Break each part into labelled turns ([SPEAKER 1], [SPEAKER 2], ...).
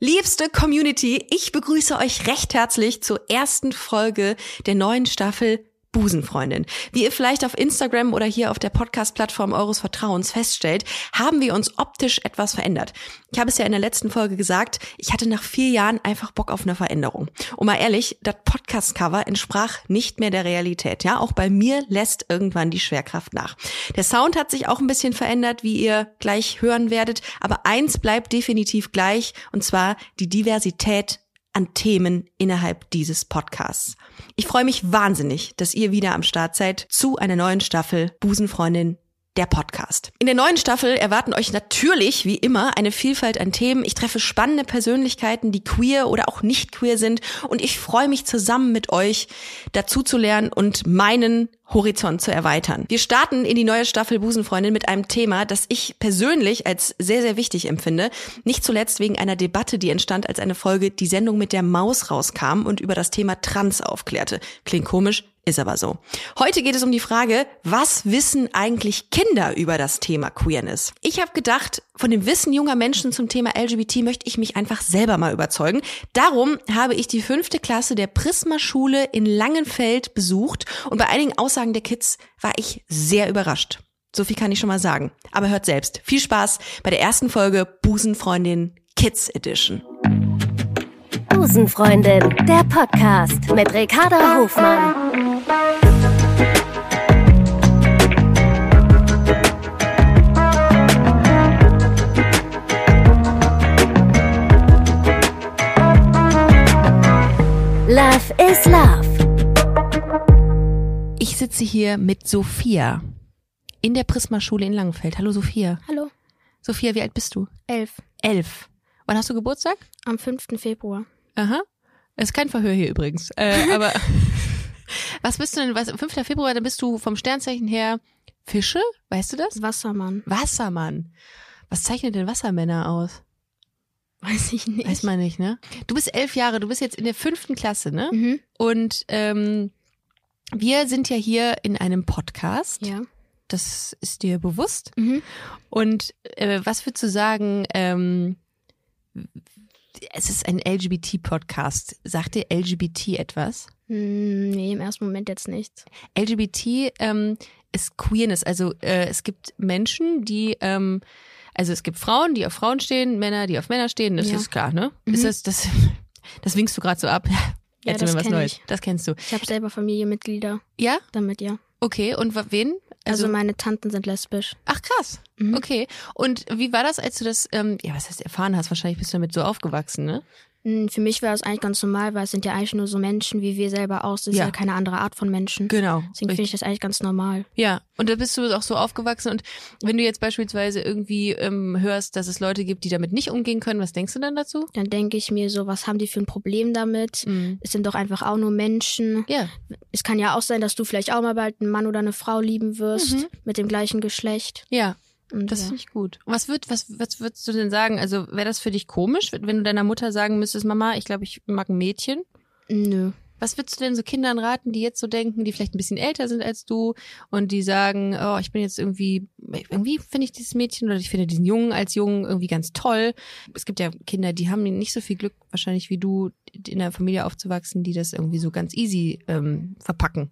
[SPEAKER 1] Liebste Community, ich begrüße euch recht herzlich zur ersten Folge der neuen Staffel Busenfreundin. Wie ihr vielleicht auf Instagram oder hier auf der Podcast-Plattform eures Vertrauens feststellt, haben wir uns optisch etwas verändert. Ich habe es ja in der letzten Folge gesagt, ich hatte nach vier Jahren einfach Bock auf eine Veränderung. Und mal ehrlich, das Podcast-Cover entsprach nicht mehr der Realität. Ja, auch bei mir lässt irgendwann die Schwerkraft nach. Der Sound hat sich auch ein bisschen verändert, wie ihr gleich hören werdet. Aber eins bleibt definitiv gleich, und zwar die Diversität an Themen innerhalb dieses Podcasts. Ich freue mich wahnsinnig, dass ihr wieder am Start seid zu einer neuen Staffel Busenfreundin. Der Podcast. In der neuen Staffel erwarten euch natürlich, wie immer, eine Vielfalt an Themen. Ich treffe spannende Persönlichkeiten, die queer oder auch nicht queer sind. Und ich freue mich zusammen mit euch dazu zu lernen und meinen Horizont zu erweitern. Wir starten in die neue Staffel Busenfreundin mit einem Thema, das ich persönlich als sehr, sehr wichtig empfinde. Nicht zuletzt wegen einer Debatte, die entstand, als eine Folge die Sendung mit der Maus rauskam und über das Thema Trans aufklärte. Klingt komisch, ist aber so. Heute geht es um die Frage, was wissen eigentlich Kinder über das Thema Queerness? Ich habe gedacht, von dem Wissen junger Menschen zum Thema LGBT möchte ich mich einfach selber mal überzeugen. Darum habe ich die fünfte Klasse der Prisma-Schule in Langenfeld besucht und bei einigen Aussagen der Kids war ich sehr überrascht. So viel kann ich schon mal sagen. Aber hört selbst. Viel Spaß bei der ersten Folge Busenfreundin Kids Edition.
[SPEAKER 2] Busenfreundin, der Podcast mit Ricarda Hofmann. Love is Love.
[SPEAKER 1] Ich sitze hier mit Sophia in der Prisma-Schule in Langenfeld. Hallo Sophia.
[SPEAKER 3] Hallo,
[SPEAKER 1] Sophia, wie alt bist du?
[SPEAKER 3] elf.
[SPEAKER 1] Elf. Wann hast du Geburtstag?
[SPEAKER 3] Am 5. Februar.
[SPEAKER 1] Aha. Ist kein Verhör hier übrigens. Äh, aber was bist du denn? Was, 5. Februar, dann bist du vom Sternzeichen her Fische? Weißt du das?
[SPEAKER 3] Wassermann.
[SPEAKER 1] Wassermann. Was zeichnet denn Wassermänner aus?
[SPEAKER 3] Weiß ich nicht.
[SPEAKER 1] Weiß man nicht, ne? Du bist elf Jahre, du bist jetzt in der fünften Klasse, ne?
[SPEAKER 3] Mhm.
[SPEAKER 1] Und ähm, wir sind ja hier in einem Podcast.
[SPEAKER 3] Ja.
[SPEAKER 1] Das ist dir bewusst.
[SPEAKER 3] Mhm.
[SPEAKER 1] Und äh, was würdest du sagen, ähm, es ist ein LGBT-Podcast. Sagt dir LGBT etwas?
[SPEAKER 3] Hm, Nee, im ersten Moment jetzt nicht.
[SPEAKER 1] LGBT ähm, ist Queerness. Also äh, es gibt Menschen, die, ähm, also es gibt Frauen, die auf Frauen stehen, Männer, die auf Männer stehen. Das
[SPEAKER 3] Ja.
[SPEAKER 1] ist klar, ne?
[SPEAKER 3] Mhm.
[SPEAKER 1] Ist das, das, das winkst du gerade so ab.
[SPEAKER 3] Ja,
[SPEAKER 1] Erzähl
[SPEAKER 3] das
[SPEAKER 1] mir was
[SPEAKER 3] kenn
[SPEAKER 1] Neues.
[SPEAKER 3] ich.
[SPEAKER 1] Das kennst du.
[SPEAKER 3] Ich habe selber Familienmitglieder
[SPEAKER 1] Ja,
[SPEAKER 3] damit, ja.
[SPEAKER 1] okay. Und wa- wen?
[SPEAKER 3] Also, meine Tanten sind lesbisch.
[SPEAKER 1] ach krass.
[SPEAKER 3] Mhm.
[SPEAKER 1] Okay. Und wie war das, als du das, ähm, ja, was heißt erfahren hast? Wahrscheinlich bist du damit so aufgewachsen, ne?
[SPEAKER 3] Hm, Für mich war es eigentlich ganz normal, weil es sind ja eigentlich nur so Menschen wie wir selber aus. Es ist
[SPEAKER 1] Ja.
[SPEAKER 3] ja. keine andere Art von Menschen.
[SPEAKER 1] Genau.
[SPEAKER 3] Deswegen finde ich das eigentlich ganz normal.
[SPEAKER 1] Ja, und da bist du auch so aufgewachsen. Und wenn du jetzt beispielsweise irgendwie ähm, hörst, dass es Leute gibt, die damit nicht umgehen können, was denkst du dann dazu?
[SPEAKER 3] Dann denke ich mir so, was haben die für ein Problem damit?
[SPEAKER 1] Mhm.
[SPEAKER 3] Es sind doch einfach auch nur Menschen.
[SPEAKER 1] Ja,
[SPEAKER 3] Es kann ja auch sein, dass du vielleicht auch mal bald einen Mann oder eine Frau lieben wirst
[SPEAKER 1] Mhm.
[SPEAKER 3] mit dem gleichen Geschlecht.
[SPEAKER 1] ja,
[SPEAKER 3] Und
[SPEAKER 1] das
[SPEAKER 3] ja.
[SPEAKER 1] finde ich gut. Und Was, würd, was, was würdest du denn sagen? Also wäre das für dich komisch, wenn du deiner Mutter sagen müsstest, Mama, ich glaube, ich mag ein Mädchen?
[SPEAKER 3] Nö.
[SPEAKER 1] Was würdest du denn so Kindern raten, die jetzt so denken, die vielleicht ein bisschen älter sind als du und die sagen, oh, ich bin jetzt irgendwie, irgendwie finde ich dieses Mädchen oder ich finde diesen Jungen als Jungen irgendwie ganz toll. Es gibt ja Kinder, die haben nicht so viel Glück wahrscheinlich wie du, in einer Familie aufzuwachsen, die das irgendwie so ganz easy ähm, verpacken.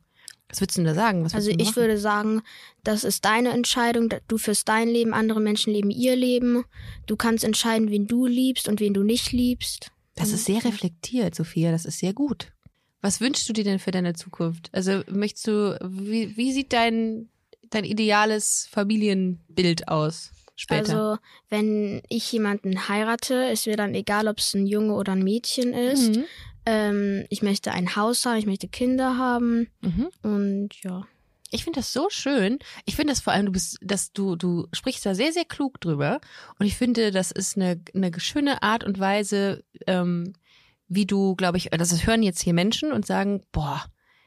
[SPEAKER 1] Was würdest du denn da sagen? Was
[SPEAKER 3] Also
[SPEAKER 1] würdest du
[SPEAKER 3] ich
[SPEAKER 1] machen?
[SPEAKER 3] würde sagen, das ist deine Entscheidung, da- du führst dein Leben, andere Menschen leben ihr Leben. Du kannst entscheiden, wen du liebst und wen du nicht liebst.
[SPEAKER 1] Das ist sehr reflektiert, Sophia, das ist sehr gut. Was wünschst du dir denn für deine Zukunft? Also möchtest du, wie, wie sieht dein, dein ideales Familienbild aus später?
[SPEAKER 3] Also wenn ich jemanden heirate, ist mir dann egal, ob es ein Junge oder ein Mädchen ist.
[SPEAKER 1] Mhm.
[SPEAKER 3] Ähm, ich möchte ein Haus haben, ich möchte Kinder haben
[SPEAKER 1] Mhm.
[SPEAKER 3] und ja.
[SPEAKER 1] Ich finde das so schön. Ich finde das vor allem, du bist, dass du, du sprichst da sehr, sehr klug drüber. Und ich finde, das ist eine, eine schöne Art und Weise, ähm, wie du, glaube ich, also das hören jetzt hier Menschen und sagen, boah,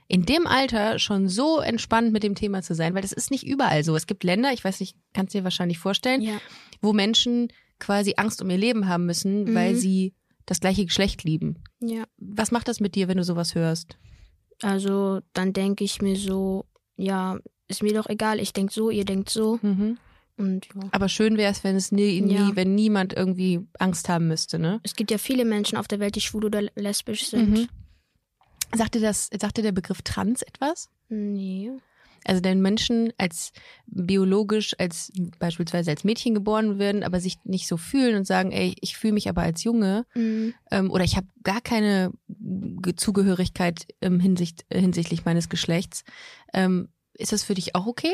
[SPEAKER 1] in dem Alter schon so entspannt mit dem Thema zu sein, weil das ist nicht überall so. Es gibt Länder, ich weiß nicht, kannst dir wahrscheinlich vorstellen,
[SPEAKER 3] ja.
[SPEAKER 1] wo Menschen quasi Angst um ihr Leben haben müssen, weil
[SPEAKER 3] Mhm.
[SPEAKER 1] sie das gleiche Geschlecht lieben.
[SPEAKER 3] Ja.
[SPEAKER 1] Was macht das mit dir, wenn du sowas hörst?
[SPEAKER 3] Also dann denke ich mir so, ja, ist mir doch egal, ich denke so, ihr denkt so.
[SPEAKER 1] Mhm.
[SPEAKER 3] Und ja.
[SPEAKER 1] Aber schön wäre es, wenn es nie, nie
[SPEAKER 3] Ja.
[SPEAKER 1] wenn niemand irgendwie Angst haben müsste, ne?
[SPEAKER 3] es gibt ja viele Menschen auf der Welt, die schwul oder lesbisch sind.
[SPEAKER 1] Mhm. Sagte das, sagte der Begriff Trans etwas?
[SPEAKER 3] Nee.
[SPEAKER 1] Also wenn Menschen als biologisch, als beispielsweise als Mädchen geboren werden, aber sich nicht so fühlen und sagen, ey, ich fühle mich aber als Junge
[SPEAKER 3] Mhm.
[SPEAKER 1] ähm, oder ich habe gar keine Ge- Zugehörigkeit ähm, hinsicht, äh, hinsichtlich meines Geschlechts, ähm, ist das für dich auch okay?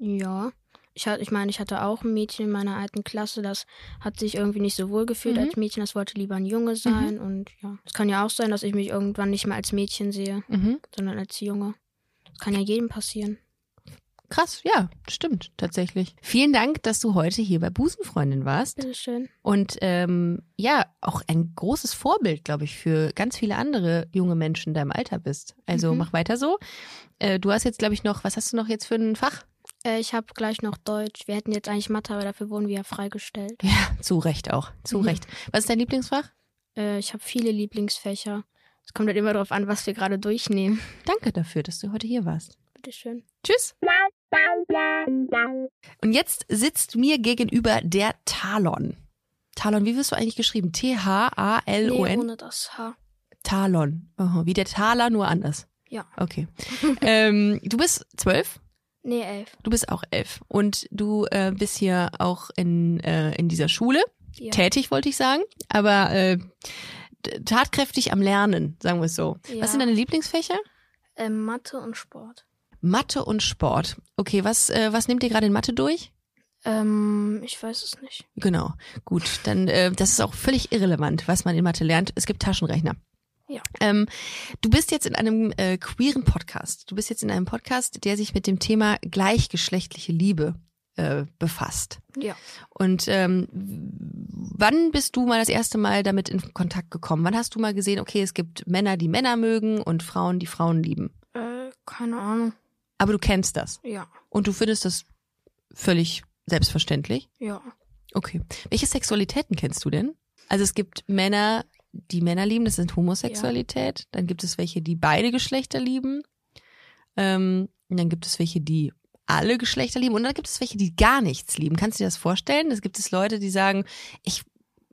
[SPEAKER 3] Ja. Ich, hat, ich meine, ich hatte auch ein Mädchen in meiner alten Klasse, das hat sich irgendwie nicht so wohl gefühlt
[SPEAKER 1] Mhm.
[SPEAKER 3] als Mädchen, das wollte lieber ein Junge sein. Und ja, es kann ja auch sein, dass ich mich irgendwann nicht mehr als Mädchen sehe,
[SPEAKER 1] Mhm.
[SPEAKER 3] sondern als Junge. Das kann ja jedem passieren.
[SPEAKER 1] Krass, ja, stimmt tatsächlich. Vielen Dank, dass du heute hier bei Busenfreundin warst.
[SPEAKER 3] Bitteschön.
[SPEAKER 1] Und ähm, ja, auch ein großes Vorbild, glaube ich, für ganz viele andere junge Menschen in deinem Alter bist. Also
[SPEAKER 3] Mhm.
[SPEAKER 1] mach weiter so. Äh, du hast jetzt, glaube ich, noch, was hast du noch jetzt für ein Fach?
[SPEAKER 3] Äh, ich habe gleich noch Deutsch. Wir hätten jetzt eigentlich Mathe, aber dafür wurden wir ja freigestellt.
[SPEAKER 1] Ja, zu Recht auch. Zu
[SPEAKER 3] Mhm.
[SPEAKER 1] Recht. Was ist dein Lieblingsfach?
[SPEAKER 3] Äh, ich habe viele Lieblingsfächer. Es kommt halt immer darauf an, was wir gerade durchnehmen.
[SPEAKER 1] Danke dafür, dass du heute hier warst.
[SPEAKER 3] Bitteschön.
[SPEAKER 1] Tschüss. Und jetzt sitzt mir gegenüber der Talon. Talon, wie wirst du eigentlich geschrieben?
[SPEAKER 3] Nee,
[SPEAKER 1] T-H-A-L-O-N?
[SPEAKER 3] ohne das H.
[SPEAKER 1] Talon. Aha, wie der Taler, nur anders.
[SPEAKER 3] Ja.
[SPEAKER 1] Okay. ähm, du bist zwölf?
[SPEAKER 3] Nee, elf.
[SPEAKER 1] Du bist auch elf und du äh, bist hier auch in, äh, in dieser Schule
[SPEAKER 3] Ja.
[SPEAKER 1] tätig, wollte ich sagen, aber äh, t- tatkräftig am Lernen, sagen wir es so.
[SPEAKER 3] Ja.
[SPEAKER 1] Was sind deine Lieblingsfächer?
[SPEAKER 3] Ähm, Mathe und Sport.
[SPEAKER 1] Mathe und Sport. Okay, was, äh, was nehmt ihr gerade in Mathe durch?
[SPEAKER 3] Ähm, ich weiß es nicht.
[SPEAKER 1] Genau, gut. Dann äh, das ist auch völlig irrelevant, was man in Mathe lernt. Es gibt Taschenrechner.
[SPEAKER 3] Ja.
[SPEAKER 1] Ähm, du bist jetzt in einem äh, queeren Podcast. Du bist jetzt in einem Podcast, der sich mit dem Thema gleichgeschlechtliche Liebe äh, befasst.
[SPEAKER 3] Ja.
[SPEAKER 1] Und ähm, wann bist du mal das erste Mal damit in Kontakt gekommen? Wann hast du mal gesehen, okay, es gibt Männer, die Männer mögen und Frauen, die Frauen lieben?
[SPEAKER 3] Äh, keine Ahnung.
[SPEAKER 1] Aber du kennst das
[SPEAKER 3] Ja.
[SPEAKER 1] und du findest das völlig selbstverständlich.
[SPEAKER 3] Ja.
[SPEAKER 1] Okay. Welche Sexualitäten kennst du denn? Also es gibt Männer, die Männer lieben, das sind Homosexualität. Dann gibt es welche, die beide Geschlechter lieben. Ähm, und dann gibt es welche, die alle Geschlechter lieben. Und dann gibt es welche, die gar nichts lieben. Kannst du dir das vorstellen? Es gibt es Leute, die sagen, ich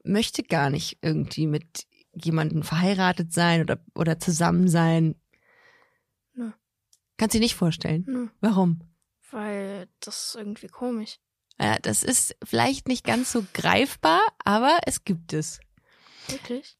[SPEAKER 1] möchte gar nicht irgendwie mit jemandem verheiratet sein oder, oder zusammen sein.
[SPEAKER 3] Nö.
[SPEAKER 1] Kannst du dir nicht vorstellen.
[SPEAKER 3] Nö.
[SPEAKER 1] Warum?
[SPEAKER 3] ne. Weil das ist irgendwie komisch.
[SPEAKER 1] Ja, das ist vielleicht nicht ganz so greifbar, aber es gibt es.
[SPEAKER 3] Wirklich?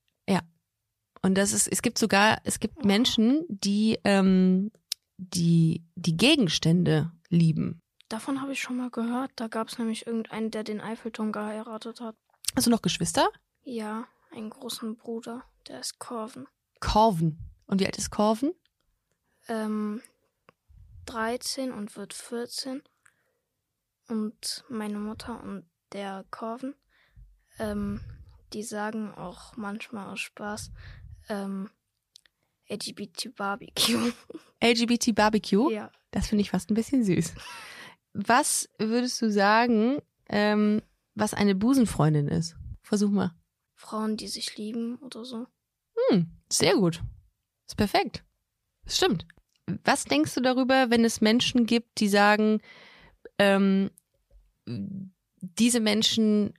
[SPEAKER 1] Und das ist, es gibt sogar, es gibt Menschen, die, ähm, die, die Gegenstände lieben.
[SPEAKER 3] Davon habe ich schon mal gehört. Da gab es nämlich irgendeinen, der den Eiffelturm geheiratet hat.
[SPEAKER 1] Hast du noch Geschwister?
[SPEAKER 3] Ja, einen großen Bruder. Der ist Korven.
[SPEAKER 1] Korven. Und wie alt ist Korven?
[SPEAKER 3] Ähm, 13 und wird 14. Und meine Mutter und der Korven, ähm, die sagen auch manchmal aus Spaß, ähm, LGBT Barbecue.
[SPEAKER 1] LGBT Barbecue?
[SPEAKER 3] Ja.
[SPEAKER 1] Das finde ich fast ein bisschen süß. Was würdest du sagen, ähm, was eine Busenfreundin ist? Versuch mal.
[SPEAKER 3] Frauen, die sich lieben oder so.
[SPEAKER 1] Hm, sehr gut. Ist perfekt. Das stimmt. Was denkst du darüber, wenn es Menschen gibt, die sagen, ähm, diese Menschen,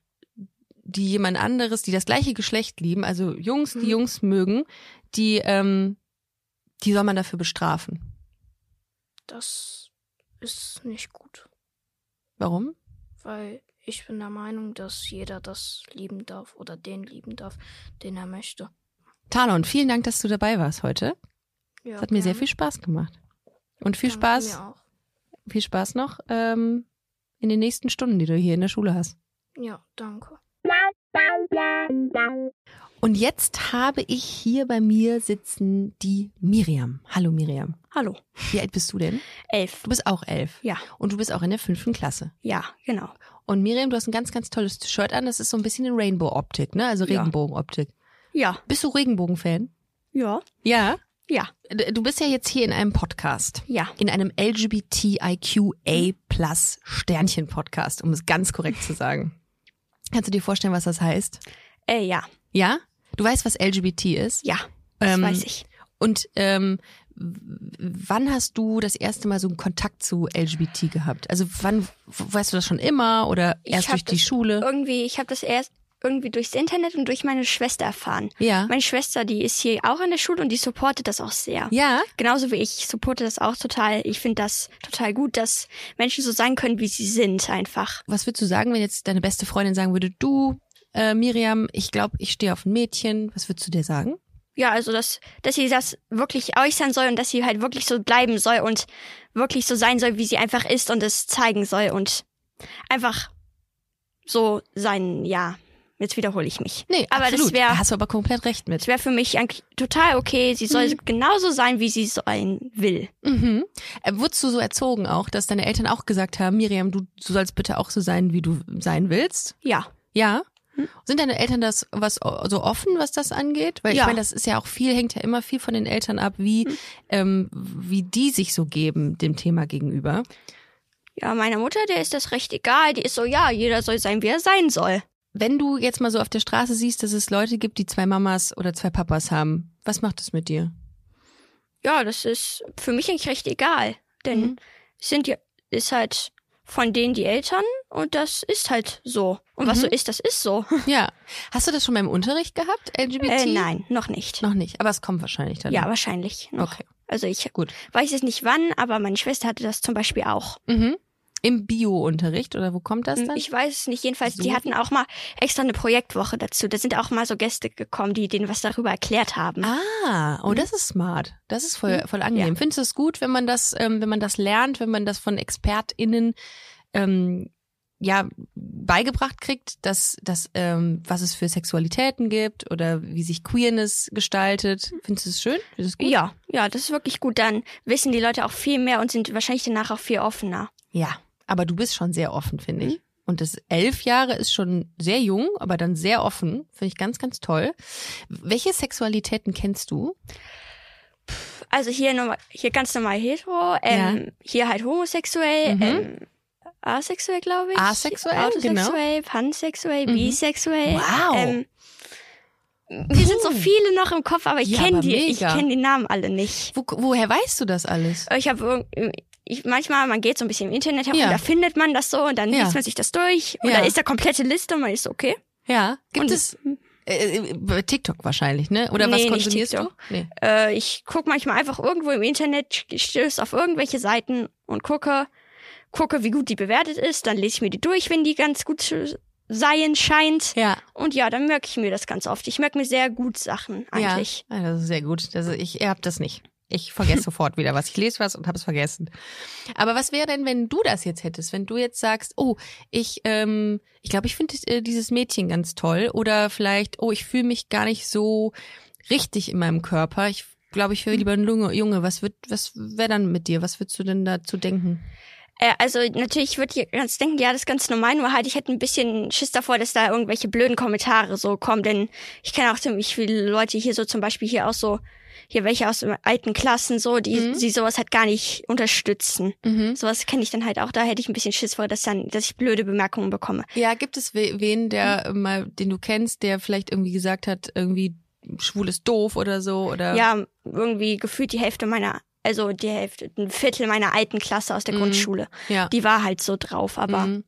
[SPEAKER 1] die jemand anderes, die das gleiche Geschlecht lieben, also Jungs, die
[SPEAKER 3] Mhm.
[SPEAKER 1] Jungs mögen, die, ähm, die soll man dafür bestrafen?
[SPEAKER 3] Das ist nicht gut.
[SPEAKER 1] Warum?
[SPEAKER 3] Weil ich bin der Meinung, dass jeder das lieben darf oder den lieben darf, den er möchte.
[SPEAKER 1] Talon, vielen Dank, dass du dabei warst heute.
[SPEAKER 3] Ja,
[SPEAKER 1] Es hat mir sehr viel
[SPEAKER 3] gerne.
[SPEAKER 1] Spaß gemacht. Und viel
[SPEAKER 3] Danke
[SPEAKER 1] Spaß,
[SPEAKER 3] Mir auch.
[SPEAKER 1] viel Spaß noch ähm, in den nächsten Stunden, die du hier in der Schule hast.
[SPEAKER 3] Ja, danke.
[SPEAKER 1] Und jetzt habe ich hier bei mir sitzen die Miriam. Hallo Miriam.
[SPEAKER 4] Hallo.
[SPEAKER 1] Wie alt bist du denn?
[SPEAKER 4] Elf.
[SPEAKER 1] Du bist auch elf.
[SPEAKER 4] Ja.
[SPEAKER 1] Und du bist auch in der fünften Klasse.
[SPEAKER 4] Ja, genau.
[SPEAKER 1] Und Miriam, du hast ein ganz, ganz tolles Shirt an. Das ist so ein bisschen in Rainbow-Optik, ne? Also
[SPEAKER 4] Ja.
[SPEAKER 1] Regenbogen-Optik.
[SPEAKER 4] Ja,
[SPEAKER 1] Bist du Regenbogen-Fan?
[SPEAKER 4] ja,
[SPEAKER 1] Ja.
[SPEAKER 4] ja,
[SPEAKER 1] D- Du bist ja jetzt hier in einem Podcast.
[SPEAKER 4] ja.
[SPEAKER 1] In einem LGBTIQA plus Sternchen-Podcast, um es ganz korrekt zu sagen. Kannst du dir vorstellen, was das heißt?
[SPEAKER 4] Äh, ja,
[SPEAKER 1] Ja? Du weißt, was LGBT ist? Ähm,
[SPEAKER 4] ja, das weiß ich.
[SPEAKER 1] Und ähm, wann hast du das erste Mal so einen Kontakt zu LGBT gehabt? Also wann weißt du das schon immer oder
[SPEAKER 4] Ich
[SPEAKER 1] erst
[SPEAKER 4] hab
[SPEAKER 1] durch die
[SPEAKER 4] das
[SPEAKER 1] Schule?
[SPEAKER 4] Irgendwie, ich habe das erst irgendwie durchs Internet und durch meine Schwester erfahren.
[SPEAKER 1] Ja.
[SPEAKER 4] Meine Schwester, die ist hier auch an der Schule und die supportet das auch sehr.
[SPEAKER 1] Ja.
[SPEAKER 4] Genauso wie ich supporte das auch total. Ich finde das total gut, dass Menschen so sein können, wie sie sind einfach.
[SPEAKER 1] Was würdest du sagen, wenn jetzt deine beste Freundin sagen würde, du äh, Miriam, ich glaube, ich stehe auf ein Mädchen. Was würdest du dir sagen?
[SPEAKER 4] Ja, also dass, dass sie das wirklich äußern soll und dass sie halt wirklich so bleiben soll und wirklich so sein soll, wie sie einfach ist und es zeigen soll und einfach so sein, ja. Jetzt wiederhole ich mich.
[SPEAKER 1] Nee,
[SPEAKER 4] Aber das
[SPEAKER 1] absolut.
[SPEAKER 4] wär-
[SPEAKER 1] da hast du aber komplett recht
[SPEAKER 4] Es
[SPEAKER 1] mit.
[SPEAKER 4] wäre für mich eigentlich total okay. Sie soll genauso sein, wie sie sein will.
[SPEAKER 1] Mhm. Äh, wurdest du so erzogen auch, dass deine Eltern auch gesagt haben, Miriam, du, du sollst bitte auch so sein, wie du sein willst?
[SPEAKER 4] Ja.
[SPEAKER 1] Ja.
[SPEAKER 4] Hm.
[SPEAKER 1] Sind deine Eltern das was o- so offen, was das angeht? Weil ich
[SPEAKER 4] Ja. Hm.
[SPEAKER 1] meine, das ist ja auch viel, hängt ja immer viel von den Eltern ab, wie, ähm, wie die sich so geben dem Thema gegenüber.
[SPEAKER 4] Ja, meiner Mutter, der ist das recht egal. Die ist so, ja, jeder soll sein, wie er sein soll.
[SPEAKER 1] Wenn du jetzt mal so auf der Straße siehst, dass es Leute gibt, die zwei Mamas oder zwei Papas haben, was macht das mit dir?
[SPEAKER 4] Ja, das ist für mich eigentlich recht egal. Denn
[SPEAKER 1] Mhm.
[SPEAKER 4] es sind ja, ist halt von denen die Eltern und das ist halt so. Und was
[SPEAKER 1] Mhm.
[SPEAKER 4] so ist, das ist so.
[SPEAKER 1] Ja. Hast du das schon mal im Unterricht gehabt, LGBT?
[SPEAKER 4] Äh, nein, noch nicht.
[SPEAKER 1] Noch nicht, aber es kommt wahrscheinlich dann.
[SPEAKER 4] Ja, wahrscheinlich noch.
[SPEAKER 1] Okay,
[SPEAKER 4] Also ich
[SPEAKER 1] gut.
[SPEAKER 4] weiß jetzt nicht wann, aber meine Schwester hatte das zum Beispiel auch.
[SPEAKER 1] Mhm. Im Bio-Unterricht oder wo kommt das dann?
[SPEAKER 4] Hm, Ich weiß es nicht. Jedenfalls, die
[SPEAKER 1] Suchen?
[SPEAKER 4] hatten auch mal extra eine Projektwoche dazu. Da sind auch mal so Gäste gekommen, die denen was darüber erklärt haben.
[SPEAKER 1] Ah, oh, das ist smart. Das ist voll, voll angenehm. Findest du es gut, wenn man das, ähm, wenn man das lernt, wenn man das von ExpertInnen ähm, ja, beigebracht kriegt, dass, dass ähm, was es für Sexualitäten gibt oder wie sich Queerness gestaltet? Findest du es schön? Findest du es gut?
[SPEAKER 4] Ja, ja, das ist wirklich gut. Dann wissen die Leute auch viel mehr und sind wahrscheinlich danach auch viel offener.
[SPEAKER 1] Ja, aber du bist schon sehr offen, finde ich. Und das elf Jahre ist schon sehr jung, aber dann sehr offen. Finde ich ganz, ganz toll. Welche Sexualitäten kennst du?
[SPEAKER 4] Also hier normal, hier ganz normal hetero, ähm, hier halt homosexuell,
[SPEAKER 1] Mhm.
[SPEAKER 4] ähm, asexuell, glaube ich.
[SPEAKER 1] Asexuell, genau.
[SPEAKER 4] autosexuell, pansexuell,
[SPEAKER 1] Mhm.
[SPEAKER 4] bisexuell.
[SPEAKER 1] Wow.
[SPEAKER 4] Ähm, mir sind so viele noch im Kopf, aber ich
[SPEAKER 1] Ja,
[SPEAKER 4] kenne
[SPEAKER 1] aber
[SPEAKER 4] die, ich
[SPEAKER 1] mega.
[SPEAKER 4] kenne die Namen alle nicht.
[SPEAKER 1] Wo, woher weißt du das alles?
[SPEAKER 4] Ich habe ich, manchmal, man geht so ein bisschen im Internet herum,
[SPEAKER 1] Ja.
[SPEAKER 4] da findet man das so und dann
[SPEAKER 1] Ja.
[SPEAKER 4] liest man sich das durch. Und
[SPEAKER 1] Ja.
[SPEAKER 4] da ist da komplette Liste und man ist so, okay.
[SPEAKER 1] Ja, gibt
[SPEAKER 4] Und- Hm.
[SPEAKER 1] es äh, bei TikTok wahrscheinlich, ne? Oder was
[SPEAKER 4] Nee, nicht
[SPEAKER 1] konsumierst du?
[SPEAKER 4] TikTok.
[SPEAKER 1] Nee.
[SPEAKER 4] Äh, ich gucke manchmal einfach irgendwo im Internet, stöß auf irgendwelche Seiten und gucke, gucke, wie gut die bewertet ist. Dann lese ich mir die durch, wenn die ganz gut zu sein scheint.
[SPEAKER 1] Ja,
[SPEAKER 4] Und ja, dann merke ich mir das ganz oft. Ich merke mir sehr gut Sachen eigentlich.
[SPEAKER 1] ja. Ah, Das ist sehr gut. Das, ich ihr habt das nicht. Ich vergesse sofort wieder was. Ich lese was und habe es vergessen. Aber was wäre denn, wenn du das jetzt hättest? Wenn du jetzt sagst, oh, ich, ähm, ich glaube, ich finde äh, dieses Mädchen ganz toll. Oder vielleicht, oh, ich fühle mich gar nicht so richtig in meinem Körper. Ich glaube,
[SPEAKER 4] Mhm.
[SPEAKER 1] ich wäre lieber ein Lunge, Junge. Was wird, was wäre dann mit dir? Was würdest du denn dazu denken?
[SPEAKER 4] Äh, also natürlich würde ich ganz denken, ja, das ist ganz normal, nur halt ich hätte ein bisschen Schiss davor, dass da irgendwelche blöden Kommentare so kommen, denn ich kenne auch ziemlich viele Leute hier so zum Beispiel hier auch so, hier welche aus alten Klassen so, die
[SPEAKER 1] Mhm.
[SPEAKER 4] sie sowas halt gar nicht unterstützen.
[SPEAKER 1] Mhm.
[SPEAKER 4] Sowas kenne ich dann halt auch, da hätte ich ein bisschen Schiss vor, dass dann, dass ich blöde Bemerkungen bekomme.
[SPEAKER 1] Ja, gibt es we- wen, der äh,
[SPEAKER 4] Hm.
[SPEAKER 1] mal, den du kennst, der vielleicht irgendwie gesagt hat, irgendwie schwul ist doof oder so oder
[SPEAKER 4] Ja, irgendwie gefühlt die Hälfte meiner, also die Hälfte, ein Viertel meiner alten Klasse aus der
[SPEAKER 1] Mhm.
[SPEAKER 4] Grundschule,
[SPEAKER 1] ja.
[SPEAKER 4] die war halt so drauf, aber
[SPEAKER 1] Mhm.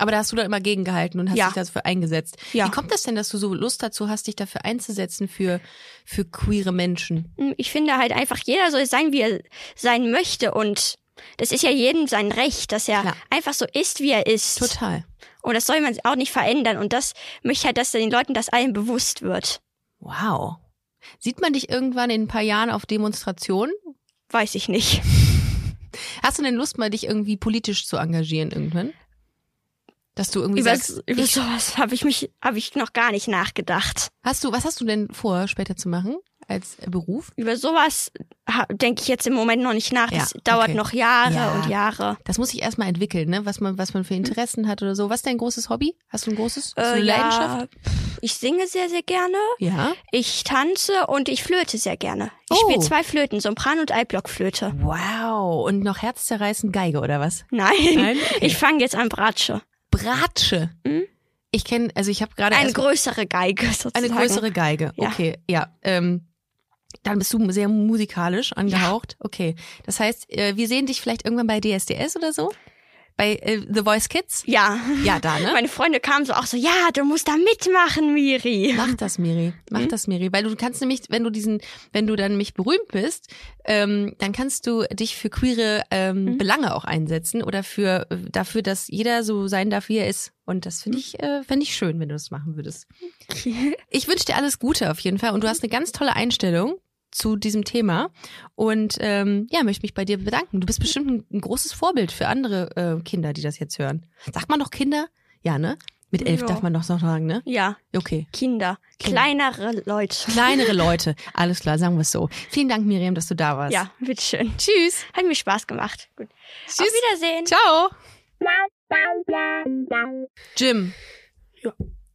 [SPEAKER 1] Aber da hast du dann immer gegengehalten und hast
[SPEAKER 4] Ja.
[SPEAKER 1] dich dafür eingesetzt.
[SPEAKER 4] ja.
[SPEAKER 1] Wie kommt das denn, dass du so Lust dazu hast, dich dafür einzusetzen für, für queere Menschen?
[SPEAKER 4] Ich finde halt einfach, jeder soll sein, wie er sein möchte. Und das ist ja jedem sein Recht, dass er
[SPEAKER 1] Klar.
[SPEAKER 4] einfach so ist, wie er ist.
[SPEAKER 1] Total.
[SPEAKER 4] Und das soll man auch nicht verändern. Und das möchte ich halt, dass den Leuten das allen bewusst wird.
[SPEAKER 1] Wow. Sieht man dich irgendwann in ein paar Jahren auf Demonstrationen?
[SPEAKER 4] Weiß ich nicht.
[SPEAKER 1] Hast du denn Lust, mal dich irgendwie politisch zu engagieren irgendwann? Dass du irgendwie
[SPEAKER 4] Über,
[SPEAKER 1] sagst,
[SPEAKER 4] über
[SPEAKER 1] ich,
[SPEAKER 4] sowas habe ich mich, habe ich noch gar nicht nachgedacht.
[SPEAKER 1] hast du, was hast du denn vor, später zu machen als äh, Beruf?
[SPEAKER 4] Über sowas ha- denke ich jetzt im Moment noch nicht nach.
[SPEAKER 1] Ja,
[SPEAKER 4] Das dauert
[SPEAKER 1] okay.
[SPEAKER 4] noch Jahre
[SPEAKER 1] Ja.
[SPEAKER 4] und Jahre.
[SPEAKER 1] Das muss ich erstmal entwickeln, ne? Was man, was man für Interessen hat oder so. Was ist dein großes Hobby? Hast du ein großes? Hast du eine
[SPEAKER 4] Äh, ja,
[SPEAKER 1] Leidenschaft?
[SPEAKER 4] pff, ich singe sehr, sehr gerne.
[SPEAKER 1] Ja.
[SPEAKER 4] Ich tanze und ich flöte sehr gerne. Ich
[SPEAKER 1] Oh.
[SPEAKER 4] spiele zwei Flöten, Sopran- und Altblockflöte.
[SPEAKER 1] Äh, Wow. Und noch herzzerreißend Geige oder was?
[SPEAKER 4] Nein.
[SPEAKER 1] Nein? Okay.
[SPEAKER 4] Ich fange jetzt an Bratsche.
[SPEAKER 1] Bratsche.
[SPEAKER 4] Mhm.
[SPEAKER 1] Ich kenne, also ich habe gerade
[SPEAKER 4] Eine
[SPEAKER 1] erst-
[SPEAKER 4] größere Geige sozusagen.
[SPEAKER 1] eine größere Geige.
[SPEAKER 4] Ja.
[SPEAKER 1] Okay, ja. Ähm, Dann bist du sehr musikalisch angehaucht. Okay. Das heißt, äh, wir sehen dich vielleicht irgendwann bei DSDS oder so? Bei äh, The Voice Kids?
[SPEAKER 4] Ja.
[SPEAKER 1] Ja, da, ne?
[SPEAKER 4] Meine Freunde kamen so auch so, ja, du musst da mitmachen, Miri.
[SPEAKER 1] Mach das, Miri. Mach das, Miri. Weil du kannst nämlich, wenn du diesen, wenn du dann nämlich berühmt bist, ähm, dann kannst du dich für queere ähm, Belange auch einsetzen oder für äh, dafür, dass jeder so sein darf, wie er ist. Und das finde ich, äh, fänd ich schön, wenn du das machen würdest. Ich wünsche dir alles Gute auf jeden Fall und du hast eine ganz tolle Einstellung zu diesem Thema und ähm, ja, möchte mich bei dir bedanken. Du bist bestimmt ein, ein großes Vorbild für andere äh, Kinder, die das jetzt hören. Sagt man noch Kinder? Ja, ne? Mit elf
[SPEAKER 4] Ja.
[SPEAKER 1] darf man doch noch sagen, ne?
[SPEAKER 4] Ja,
[SPEAKER 1] Okay.
[SPEAKER 4] Kinder.
[SPEAKER 1] Kinder.
[SPEAKER 4] Kleinere Leute.
[SPEAKER 1] Kleinere Leute. Alles klar, sagen wir es so. Vielen Dank, Miriam, dass du da warst.
[SPEAKER 4] Ja, bitteschön.
[SPEAKER 1] Tschüss.
[SPEAKER 4] Hat mir Spaß gemacht. Gut.
[SPEAKER 1] Tschüss.
[SPEAKER 4] Auf Wiedersehen.
[SPEAKER 1] Ciao. Jim.
[SPEAKER 3] Ja.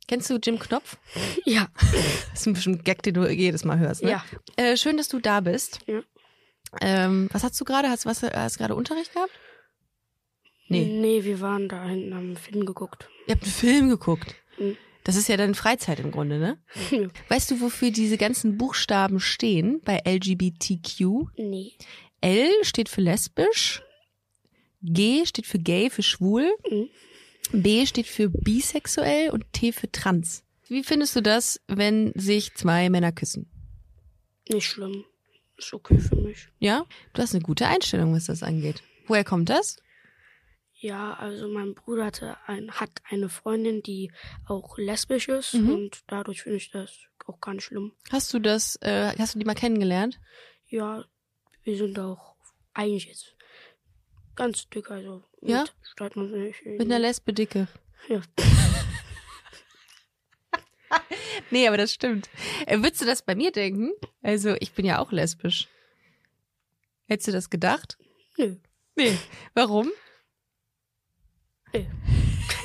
[SPEAKER 1] Kennst du Jim Knopf?
[SPEAKER 3] Ja.
[SPEAKER 1] Das ist ein bisschen Gag, den du jedes Mal hörst, ne?
[SPEAKER 3] Ja.
[SPEAKER 1] Äh, schön, dass du da bist.
[SPEAKER 3] Ja.
[SPEAKER 1] Ähm, was hast du gerade? Hast, was, hast du gerade Unterricht gehabt? Nee.
[SPEAKER 3] Nee, wir waren da hinten am Film geguckt.
[SPEAKER 1] Ihr habt einen Film geguckt.
[SPEAKER 3] Mhm.
[SPEAKER 1] Das ist ja dann Freizeit im Grunde, ne?
[SPEAKER 3] Ja.
[SPEAKER 1] Weißt du, wofür diese ganzen Buchstaben stehen bei LGBTQ?
[SPEAKER 3] Nee.
[SPEAKER 1] L steht für lesbisch, G steht für gay, für schwul,
[SPEAKER 3] Mhm.
[SPEAKER 1] B steht für bisexuell und T für trans. Wie findest du das, wenn sich zwei Männer küssen?
[SPEAKER 3] Nicht schlimm. Ist okay für mich.
[SPEAKER 1] Ja, du hast eine gute Einstellung, was das angeht. Woher kommt das?
[SPEAKER 3] Ja, also mein Bruder hatte ein, hat eine Freundin, die auch lesbisch ist
[SPEAKER 1] Mhm.
[SPEAKER 3] und dadurch finde ich das auch gar nicht schlimm.
[SPEAKER 1] Hast du das, äh, hast du die mal kennengelernt?
[SPEAKER 3] Ja, wir sind auch eigentlich jetzt ganz dick, also
[SPEAKER 1] Ja?
[SPEAKER 3] mit stört man sich nicht.
[SPEAKER 1] Mit einer Lesbe dicke.
[SPEAKER 3] Ja.
[SPEAKER 1] Nee, aber das stimmt. Äh, würdest du das bei mir denken? Also, ich bin ja auch lesbisch. Hättest du das gedacht?
[SPEAKER 3] Nö.
[SPEAKER 1] Nee. Warum?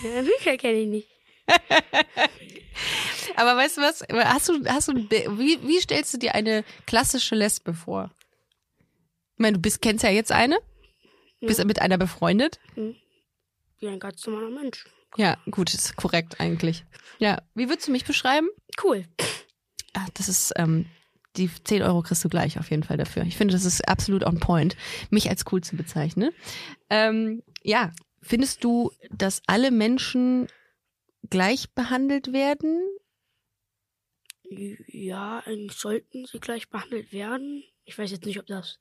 [SPEAKER 3] Bücher kenne ich nicht.
[SPEAKER 1] Aber weißt du was? Hast du, hast du, ein Bi- wie, wie stellst du dir eine klassische Lesbe vor? Ich meine, du bist, kennst ja jetzt eine. Bist mit einer befreundet.
[SPEAKER 3] Wie ein ganz normaler Mensch.
[SPEAKER 1] Ja, gut, ist korrekt eigentlich. Ja, wie würdest du mich beschreiben?
[SPEAKER 3] Cool.
[SPEAKER 1] Ah, das ist, ähm, die 10 Euro kriegst du gleich auf jeden Fall dafür. Ich finde, das ist absolut on point, mich als cool zu bezeichnen. Ähm, ja, findest du, dass alle Menschen gleich behandelt werden?
[SPEAKER 3] Ja, eigentlich sollten sie gleich behandelt werden. Ich weiß jetzt nicht, ob das.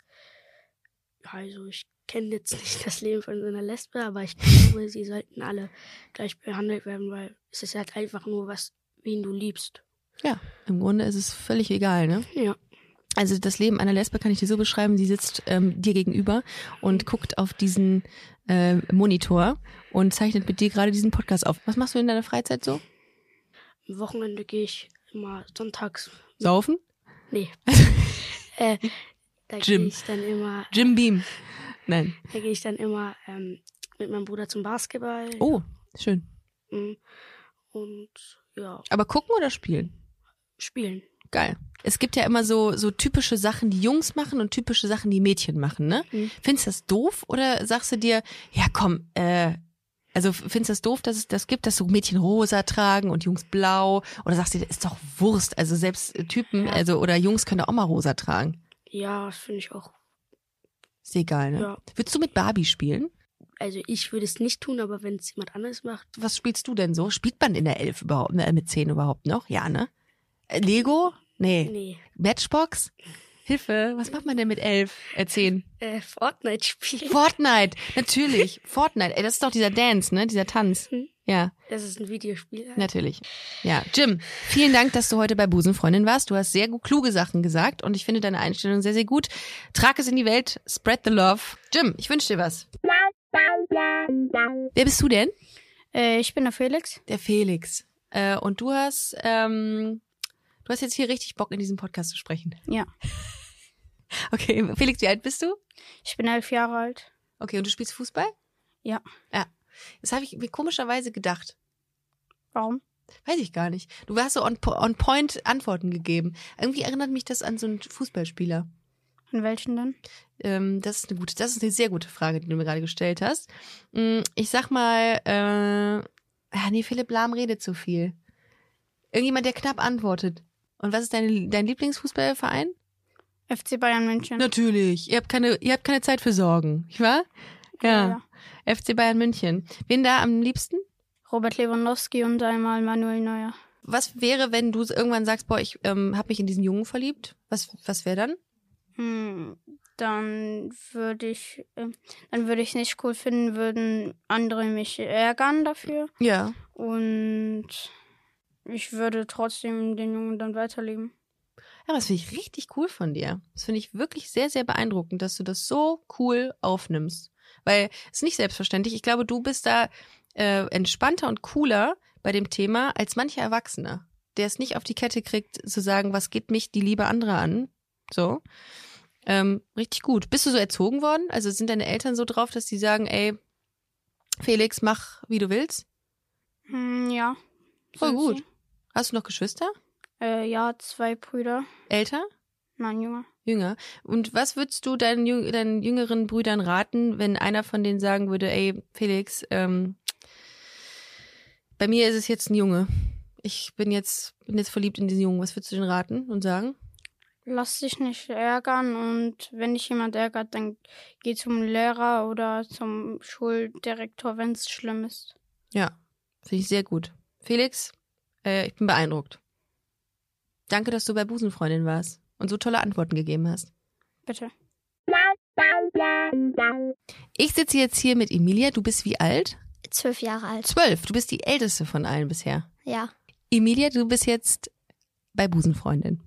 [SPEAKER 3] Also, ich kenne jetzt nicht das Leben von so einer Lesbe, aber ich glaube, sie sollten alle gleich behandelt werden, weil es ist halt einfach nur was, wen du liebst.
[SPEAKER 1] Ja, im Grunde ist es völlig egal, ne?
[SPEAKER 3] Ja.
[SPEAKER 1] Also das Leben einer Lesbe kann ich dir so beschreiben, sie sitzt ähm, dir gegenüber und guckt auf diesen äh, Monitor und zeichnet mit dir gerade diesen Podcast auf. Was machst du in deiner Freizeit so?
[SPEAKER 3] Am Wochenende gehe ich immer sonntags.
[SPEAKER 1] Saufen?
[SPEAKER 3] Nee. äh, da gehe
[SPEAKER 1] Gym.
[SPEAKER 3] ich dann immer,
[SPEAKER 1] Jim Beam. Nein.
[SPEAKER 3] da gehe ich dann immer ähm, mit meinem Bruder zum Basketball.
[SPEAKER 1] Oh, schön.
[SPEAKER 3] Mm. Und ja,
[SPEAKER 1] Aber gucken oder spielen?
[SPEAKER 3] spielen.
[SPEAKER 1] Geil. Es gibt ja immer so, so typische Sachen, die Jungs machen und typische Sachen, die Mädchen machen, ne?
[SPEAKER 3] Mhm.
[SPEAKER 1] Findest du das doof oder sagst du dir, ja komm, äh, also findest du das doof, dass es das gibt, dass so Mädchen rosa tragen und Jungs blau? Oder sagst du, dir, ist doch Wurst, also selbst äh, Typen,
[SPEAKER 3] Ja.
[SPEAKER 1] also oder Jungs können doch auch mal rosa tragen.
[SPEAKER 3] Ja, das finde ich auch
[SPEAKER 1] Ist egal, ne?
[SPEAKER 3] Ja.
[SPEAKER 1] Würdest du mit Barbie spielen?
[SPEAKER 3] also ich würde es nicht tun, aber wenn es jemand anderes macht,
[SPEAKER 1] Was spielst du denn so? Spielt man in der Elf überhaupt, ne, mit zehn überhaupt noch? Ja, ne? Äh, Lego? Nee.
[SPEAKER 3] nee.
[SPEAKER 1] Matchbox? Hilfe, was macht man denn mit elf? Äh, zehn?
[SPEAKER 3] Äh, Fortnite spielen.
[SPEAKER 1] Fortnite, natürlich. Fortnite. Ey, das ist doch dieser Dance, ne? Dieser Tanz.
[SPEAKER 3] Mhm.
[SPEAKER 1] Ja,
[SPEAKER 3] Das ist ein Videospiel.
[SPEAKER 1] natürlich. Ja, Jim, vielen Dank, dass du heute bei Busenfreundin warst. Du hast sehr gu- kluge Sachen gesagt und ich finde deine Einstellung sehr, sehr gut. Trag es in die Welt. Spread the love. Jim, ich wünsche dir was. Wer bist du denn?
[SPEAKER 5] Äh, ich bin der Felix.
[SPEAKER 1] Der Felix. Äh, und du hast, ähm, du hast jetzt hier richtig Bock, in diesem Podcast zu sprechen.
[SPEAKER 5] Ja.
[SPEAKER 1] Okay, Felix, wie alt bist du?
[SPEAKER 5] Ich bin elf Jahre alt.
[SPEAKER 1] Okay, und du spielst Fußball?
[SPEAKER 5] Ja.
[SPEAKER 1] Ja. Das habe ich mir komischerweise gedacht.
[SPEAKER 5] Warum?
[SPEAKER 1] Weiß ich gar nicht. Du hast so on, po- on point Antworten gegeben. Irgendwie erinnert mich das an so einen Fußballspieler.
[SPEAKER 5] An welchen denn?
[SPEAKER 1] Ähm, das ist eine gute, das ist eine sehr gute Frage, die du mir gerade gestellt hast. Mm, Ich sag mal, äh, ah, nee, Philipp Lahm redet zu viel. Irgendjemand, der knapp antwortet. Und was ist deine, dein Lieblingsfußballverein?
[SPEAKER 5] FC Bayern München.
[SPEAKER 1] Natürlich. Ihr habt keine, ihr habt keine Zeit für Sorgen, nicht wahr? Ja. FC Bayern München. Wen da am liebsten?
[SPEAKER 5] Robert Lewandowski und einmal Manuel Neuer.
[SPEAKER 1] Was wäre, wenn du irgendwann sagst, boah, ich ähm, habe mich in diesen Jungen verliebt? Was, was wäre dann?
[SPEAKER 5] Hm, dann würde ich, äh, dann würde ich es nicht cool finden, würden andere mich ärgern dafür
[SPEAKER 1] Ja.
[SPEAKER 5] und ich würde trotzdem den Jungen dann weiterleben.
[SPEAKER 1] Ja, das finde ich richtig cool von dir. Das finde ich wirklich sehr, sehr beeindruckend, dass du das so cool aufnimmst. Weil es ist nicht selbstverständlich. Ich glaube, du bist da äh, entspannter und cooler bei dem Thema als mancher Erwachsene, der es nicht auf die Kette kriegt, zu sagen, was geht mich die Liebe anderer an. So. Ähm, richtig gut. Bist du so erzogen worden? Also sind deine Eltern so drauf, dass die sagen, ey, Felix, mach wie du willst?
[SPEAKER 5] Hm, ja.
[SPEAKER 1] Voll
[SPEAKER 5] Sind
[SPEAKER 1] gut.
[SPEAKER 5] sie.
[SPEAKER 1] Hast du noch Geschwister?
[SPEAKER 5] Äh, ja, zwei Brüder.
[SPEAKER 1] Älter?
[SPEAKER 5] Nein, Junge.
[SPEAKER 1] Jünger. Und was würdest du deinen, Jüng- deinen jüngeren Brüdern raten, wenn einer von denen sagen würde, ey, Felix, ähm, bei mir ist es jetzt ein Junge. Ich bin jetzt, bin jetzt verliebt in diesen Jungen. Was würdest du denen raten und sagen?
[SPEAKER 5] Lass dich nicht ärgern und wenn dich jemand ärgert, dann geh zum Lehrer oder zum Schuldirektor, wenn es schlimm ist.
[SPEAKER 1] Ja, finde ich sehr gut. Felix, äh, ich bin beeindruckt. Danke, dass du bei Busenfreundin warst und so tolle Antworten gegeben hast.
[SPEAKER 5] Bitte.
[SPEAKER 1] Ich sitze jetzt hier mit Emilia. Du bist wie alt?
[SPEAKER 4] Zwölf Jahre alt.
[SPEAKER 1] Zwölf. Du bist die älteste von allen bisher.
[SPEAKER 4] Ja.
[SPEAKER 1] Emilia, du bist jetzt bei Busenfreundin.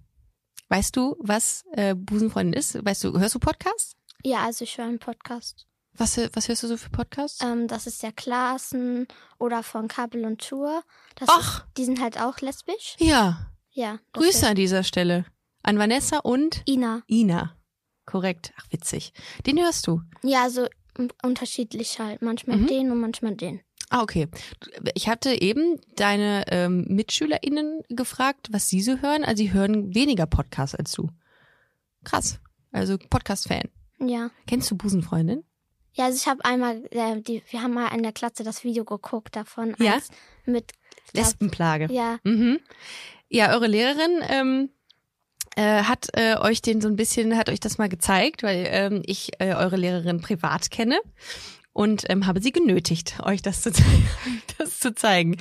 [SPEAKER 1] Weißt du, was äh, Busenfreundin ist? Weißt du, hörst du Podcasts?
[SPEAKER 6] Ja, also ich höre einen Podcast.
[SPEAKER 1] Was, hö- was hörst du so für Podcasts?
[SPEAKER 6] Ähm, das ist der Klassen oder von Kabel und Tour. Das
[SPEAKER 1] Ach,
[SPEAKER 6] Ist, die sind halt auch lesbisch.
[SPEAKER 1] ja.
[SPEAKER 6] Ja. das
[SPEAKER 1] Grüße
[SPEAKER 6] ist-
[SPEAKER 1] an dieser Stelle an Vanessa und
[SPEAKER 6] Ina.
[SPEAKER 1] Ina. Korrekt. Ach, witzig. Den hörst du.
[SPEAKER 6] Ja, also m- unterschiedlich halt. Manchmal
[SPEAKER 1] Mhm.
[SPEAKER 6] den und manchmal den.
[SPEAKER 1] Ah, okay. Ich hatte eben deine ähm, MitschülerInnen gefragt, was sie so hören. Also, sie hören weniger Podcasts als du. Krass. Also, Podcast-Fan.
[SPEAKER 6] Ja.
[SPEAKER 1] Kennst du Busenfreundin?
[SPEAKER 6] Ja, also ich habe einmal, äh, die, wir haben mal in der Klasse das Video geguckt davon.
[SPEAKER 1] Ja?
[SPEAKER 6] eins Mit,
[SPEAKER 1] Lesbenplage.
[SPEAKER 6] ja,
[SPEAKER 1] Mhm. Ja, eure Lehrerin ähm, äh, hat äh, euch den so ein bisschen, hat euch das mal gezeigt, weil ähm, ich äh, eure Lehrerin privat kenne und ähm, habe sie genötigt, euch das zu, das zu zeigen.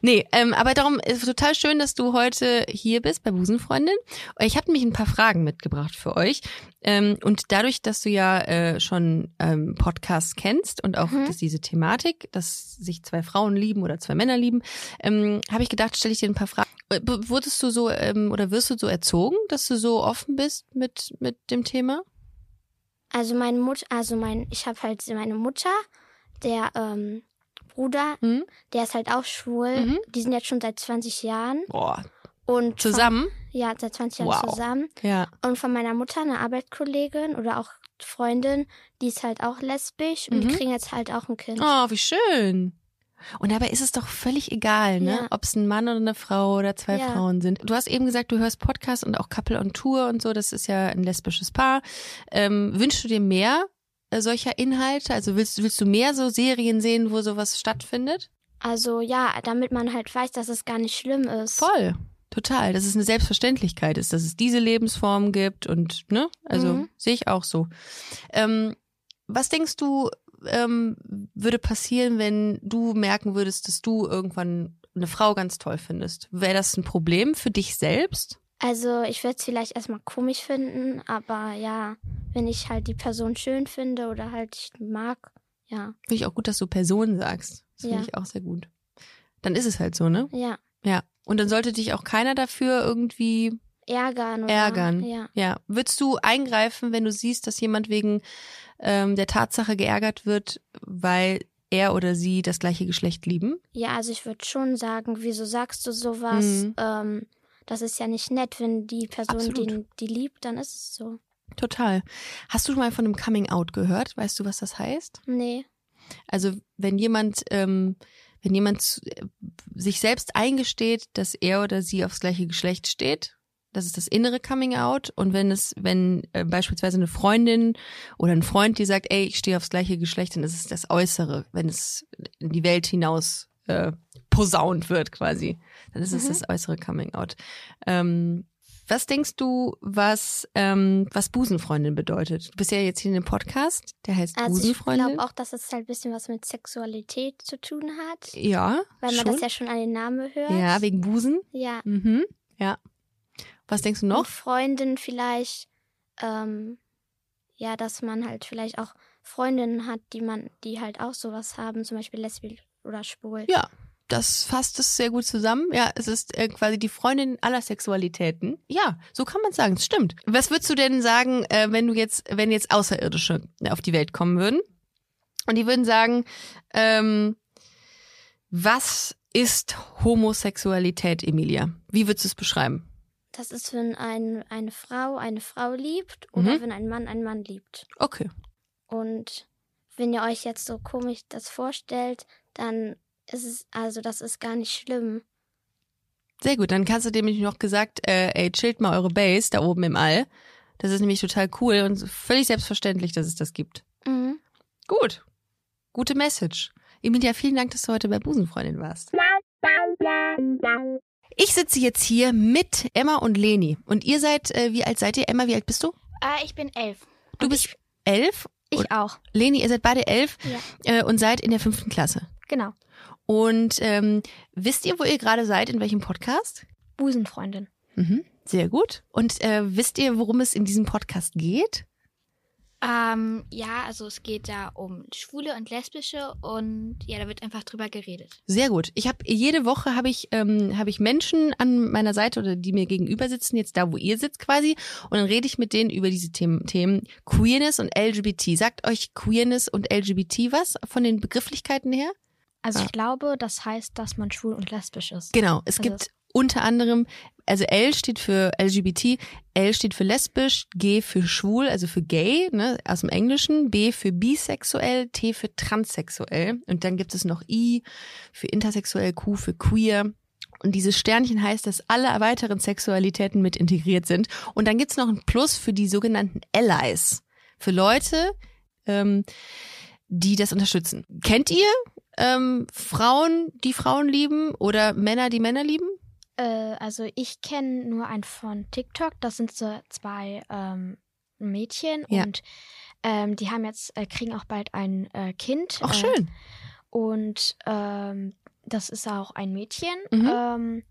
[SPEAKER 1] Nee, ähm, aber darum ist total schön, dass du heute hier bist bei Busenfreundin. Ich habe nämlich ein paar Fragen mitgebracht für euch. Ähm, und dadurch, dass du ja äh, schon ähm, Podcasts kennst und auch
[SPEAKER 6] Mhm.
[SPEAKER 1] dass diese Thematik, dass sich zwei Frauen lieben oder zwei Männer lieben, ähm, habe ich gedacht, stelle ich dir ein paar Fragen. Äh, b- Wurdest du so ähm, oder wirst du so erzogen, dass du so offen bist mit, mit dem Thema?
[SPEAKER 6] also meine Mutter, also mein, ich habe halt meine Mutter, der ähm, Bruder,
[SPEAKER 1] Mhm.
[SPEAKER 6] der ist halt auch schwul.
[SPEAKER 1] Mhm.
[SPEAKER 6] Die sind jetzt schon seit 20 Jahren.
[SPEAKER 1] Boah,
[SPEAKER 6] Und von-
[SPEAKER 1] zusammen?
[SPEAKER 6] Ja, seit 20 Jahren
[SPEAKER 1] Wow.
[SPEAKER 6] zusammen.
[SPEAKER 1] Ja.
[SPEAKER 6] Und von meiner Mutter, eine Arbeitskollegin oder auch Freundin, die ist halt auch lesbisch und
[SPEAKER 1] Mhm.
[SPEAKER 6] die kriegen jetzt halt auch ein Kind.
[SPEAKER 1] Oh, wie schön. Und dabei ist es doch völlig egal, ne?
[SPEAKER 6] Ja.
[SPEAKER 1] Ob es ein Mann oder eine Frau oder zwei
[SPEAKER 6] Ja.
[SPEAKER 1] Frauen sind. Du hast eben gesagt, du hörst Podcasts und auch Couple on Tour und so. Das ist ja ein lesbisches Paar. Ähm, wünschst du dir mehr äh, solcher Inhalte? Also willst, willst du mehr so Serien sehen, wo sowas stattfindet?
[SPEAKER 6] Also ja, damit man halt weiß, dass es gar nicht schlimm ist.
[SPEAKER 1] Voll. Total. Dass es eine Selbstverständlichkeit ist, dass es diese Lebensformen gibt und, ne? Also
[SPEAKER 6] Mhm.
[SPEAKER 1] sehe ich auch so. Ähm, was denkst du, ähm, würde passieren, wenn du merken würdest, dass du irgendwann eine Frau ganz toll findest? Wäre das ein Problem für dich selbst?
[SPEAKER 6] Also ich werde es vielleicht erstmal komisch finden, aber ja, wenn ich halt die Person schön finde oder halt ich mag, ja,
[SPEAKER 1] Finde ich auch gut, dass du Person sagst. Das finde
[SPEAKER 6] Ja.
[SPEAKER 1] ich auch sehr gut. Dann ist es halt so, ne?
[SPEAKER 6] ja,
[SPEAKER 1] Ja. Und dann sollte dich auch keiner dafür irgendwie
[SPEAKER 6] ärgern oder
[SPEAKER 1] Ärgern.
[SPEAKER 6] ja.
[SPEAKER 1] Ja, würdest du eingreifen, wenn du siehst, dass jemand wegen ähm, der Tatsache geärgert wird, weil er oder sie das gleiche Geschlecht lieben?
[SPEAKER 6] Ja, also ich würde schon sagen, wieso sagst du sowas?
[SPEAKER 1] Mhm.
[SPEAKER 6] Ähm, das ist ja nicht nett, wenn die Person
[SPEAKER 1] Absolut.
[SPEAKER 6] die, die liebt, dann ist es so.
[SPEAKER 1] Total. Hast du schon mal von einem Coming Out gehört? Weißt du, was das heißt?
[SPEAKER 6] Nee.
[SPEAKER 1] Also wenn jemand, ähm, wenn jemand zu- äh, sich selbst eingesteht, dass er oder sie aufs gleiche Geschlecht steht, das ist das innere Coming Out. Und wenn es, wenn äh, beispielsweise eine Freundin oder ein Freund, die sagt, ey, ich stehe aufs gleiche Geschlecht, dann ist es das Äußere, wenn es in die Welt hinaus äh, posaunt wird quasi. Dann ist es
[SPEAKER 6] Mhm.
[SPEAKER 1] das äußere Coming Out. Ähm, Was denkst du, was, ähm, was Busenfreundin bedeutet? Du bist ja jetzt hier in dem Podcast, der heißt
[SPEAKER 7] Also ich
[SPEAKER 1] Busenfreundin.
[SPEAKER 7] glaube auch, dass es halt ein bisschen was mit Sexualität zu tun hat.
[SPEAKER 1] ja,
[SPEAKER 7] Weil man
[SPEAKER 1] schon.
[SPEAKER 7] das ja schon an den Namen hört.
[SPEAKER 1] ja, wegen Busen.
[SPEAKER 7] ja.
[SPEAKER 1] Mhm. Ja. Was denkst du
[SPEAKER 7] Und
[SPEAKER 1] noch?
[SPEAKER 7] Freundin vielleicht, ähm, ja, dass man halt vielleicht auch Freundinnen hat, die man, die halt auch sowas haben, zum Beispiel lesbisch oder schwul.
[SPEAKER 1] Ja. Das fasst es sehr gut zusammen. Ja, es ist äh, quasi die Freundin aller Sexualitäten. Ja, so kann man es sagen. Es stimmt. Was würdest du denn sagen, äh, wenn du jetzt, wenn jetzt Außerirdische äh, auf die Welt kommen würden? Und die würden sagen, ähm, was ist Homosexualität, Emilia? Wie würdest du es beschreiben?
[SPEAKER 7] Das ist, wenn ein, eine Frau eine Frau liebt oder
[SPEAKER 1] Mhm.
[SPEAKER 7] wenn ein Mann einen Mann liebt.
[SPEAKER 1] Okay.
[SPEAKER 7] Und wenn ihr euch jetzt so komisch das vorstellt, dann ist es, also das ist gar nicht schlimm.
[SPEAKER 1] Sehr gut, dann kannst du dem nämlich noch gesagt, äh, ey, chillt mal eure Base da oben im All. Das ist nämlich total cool und völlig selbstverständlich, dass es das gibt.
[SPEAKER 7] Mhm.
[SPEAKER 1] Gut. Gute Message. Emilia, vielen Dank, dass du heute bei Busenfreundin warst. Ich sitze jetzt hier mit Emma und Leni. Und ihr seid, äh, wie alt seid ihr? Emma, wie alt bist du?
[SPEAKER 8] Ah, ich bin elf.
[SPEAKER 1] Du bist elf.
[SPEAKER 8] Ich auch.
[SPEAKER 1] Leni, ihr seid beide elf
[SPEAKER 8] Ja.
[SPEAKER 1] äh, und seid in der fünften Klasse.
[SPEAKER 8] Genau.
[SPEAKER 1] Und ähm, wisst ihr, wo ihr gerade seid, in welchem Podcast?
[SPEAKER 8] Busenfreundin.
[SPEAKER 1] Mhm, sehr gut. Und äh, wisst ihr, worum es in diesem Podcast geht?
[SPEAKER 3] Ähm, ja, also es geht da um Schwule und Lesbische und ja, da wird einfach drüber geredet.
[SPEAKER 1] Sehr gut. Ich habe jede Woche habe ich ähm, habe ich Menschen an meiner Seite oder die mir gegenüber sitzen jetzt da, wo ihr sitzt quasi, und dann rede ich mit denen über diese Themen, Themen Queerness und LGBT. Sagt euch Queerness und LGBT was von den Begrifflichkeiten her?
[SPEAKER 3] Also
[SPEAKER 1] Ah.
[SPEAKER 3] ich glaube, das heißt, dass man schwul und lesbisch ist.
[SPEAKER 1] Genau, es
[SPEAKER 3] Also-
[SPEAKER 1] gibt unter anderem, also L steht für LGBT, L steht für lesbisch, G für schwul, also für gay, ne, aus dem Englischen, B für bisexuell, T für transsexuell und dann gibt es noch I für intersexuell, Q für queer. Und dieses Sternchen heißt, dass alle weiteren Sexualitäten mit integriert sind. Und dann gibt's noch ein Plus für die sogenannten Allies. Für Leute, ähm, die das unterstützen. Kennt ihr ähm, Frauen, die Frauen lieben oder Männer, die Männer lieben?
[SPEAKER 6] Äh, also ich kenne nur einen von TikTok. Das sind so zwei ähm, Mädchen
[SPEAKER 1] Ja.
[SPEAKER 6] und ähm, die haben jetzt äh, kriegen auch bald ein äh, Kind.
[SPEAKER 1] Ach
[SPEAKER 6] äh,
[SPEAKER 1] schön.
[SPEAKER 6] Und ähm, das ist auch ein Mädchen.
[SPEAKER 1] Mhm.
[SPEAKER 6] Ähm,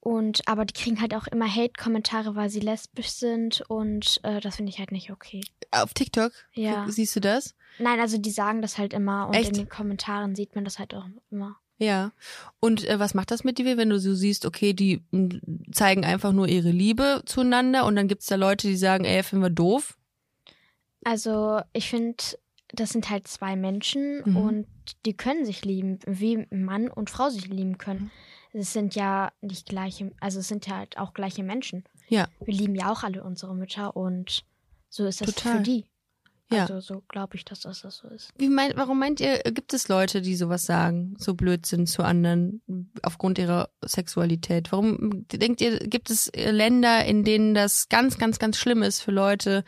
[SPEAKER 6] und aber die kriegen halt auch immer Hate-Kommentare, weil sie lesbisch sind und äh, das finde ich halt nicht okay.
[SPEAKER 1] Auf TikTok
[SPEAKER 6] Ja.
[SPEAKER 1] siehst du das?
[SPEAKER 6] Nein, also die sagen das halt immer und
[SPEAKER 1] Echt?
[SPEAKER 6] in den Kommentaren sieht man das halt auch immer.
[SPEAKER 1] Ja. Und äh, was macht das mit dir, wenn du so siehst, okay, die m, zeigen einfach nur ihre Liebe zueinander und dann gibt's da Leute, die sagen, ey, finden wir doof.
[SPEAKER 6] Also ich finde, das sind halt zwei Menschen
[SPEAKER 1] Mhm.
[SPEAKER 6] und die können sich lieben, wie Mann und Frau sich lieben können.
[SPEAKER 1] Mhm.
[SPEAKER 6] Es sind ja nicht gleiche, also es sind ja halt auch gleiche Menschen.
[SPEAKER 1] Ja.
[SPEAKER 6] Wir lieben ja auch alle unsere Mütter und so ist das
[SPEAKER 1] Total.
[SPEAKER 6] für die.
[SPEAKER 1] Ja.
[SPEAKER 6] Also so glaube ich, dass das, das so ist.
[SPEAKER 1] Wie meint, warum meint ihr, äh, gibt es Leute, die sowas sagen, so blöd sind zu anderen aufgrund ihrer Sexualität? Warum äh, denkt ihr, gibt es äh, Länder, in denen das ganz, ganz, ganz schlimm ist für Leute,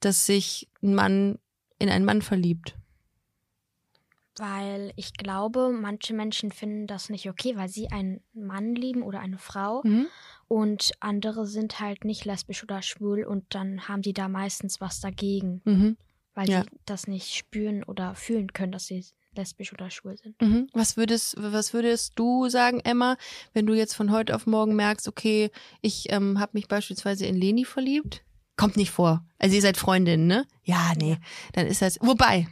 [SPEAKER 1] dass sich ein Mann in einen Mann verliebt?
[SPEAKER 6] Weil ich glaube, manche Menschen finden das nicht okay, weil sie einen Mann lieben oder eine Frau
[SPEAKER 1] Mhm.
[SPEAKER 6] und andere sind halt nicht lesbisch oder schwul und dann haben die da meistens was dagegen.
[SPEAKER 1] Mhm.
[SPEAKER 6] weil
[SPEAKER 1] Ja.
[SPEAKER 6] sie das nicht spüren oder fühlen können, dass sie lesbisch oder schwul sind.
[SPEAKER 1] Mhm. Was würdest, was würdest du sagen, Emma, wenn du jetzt von heute auf morgen merkst, okay, ich ähm, habe mich beispielsweise in Leni verliebt? Kommt nicht vor. Also ihr seid Freundinnen, ne? Ja, nee. Dann ist das. Wobei,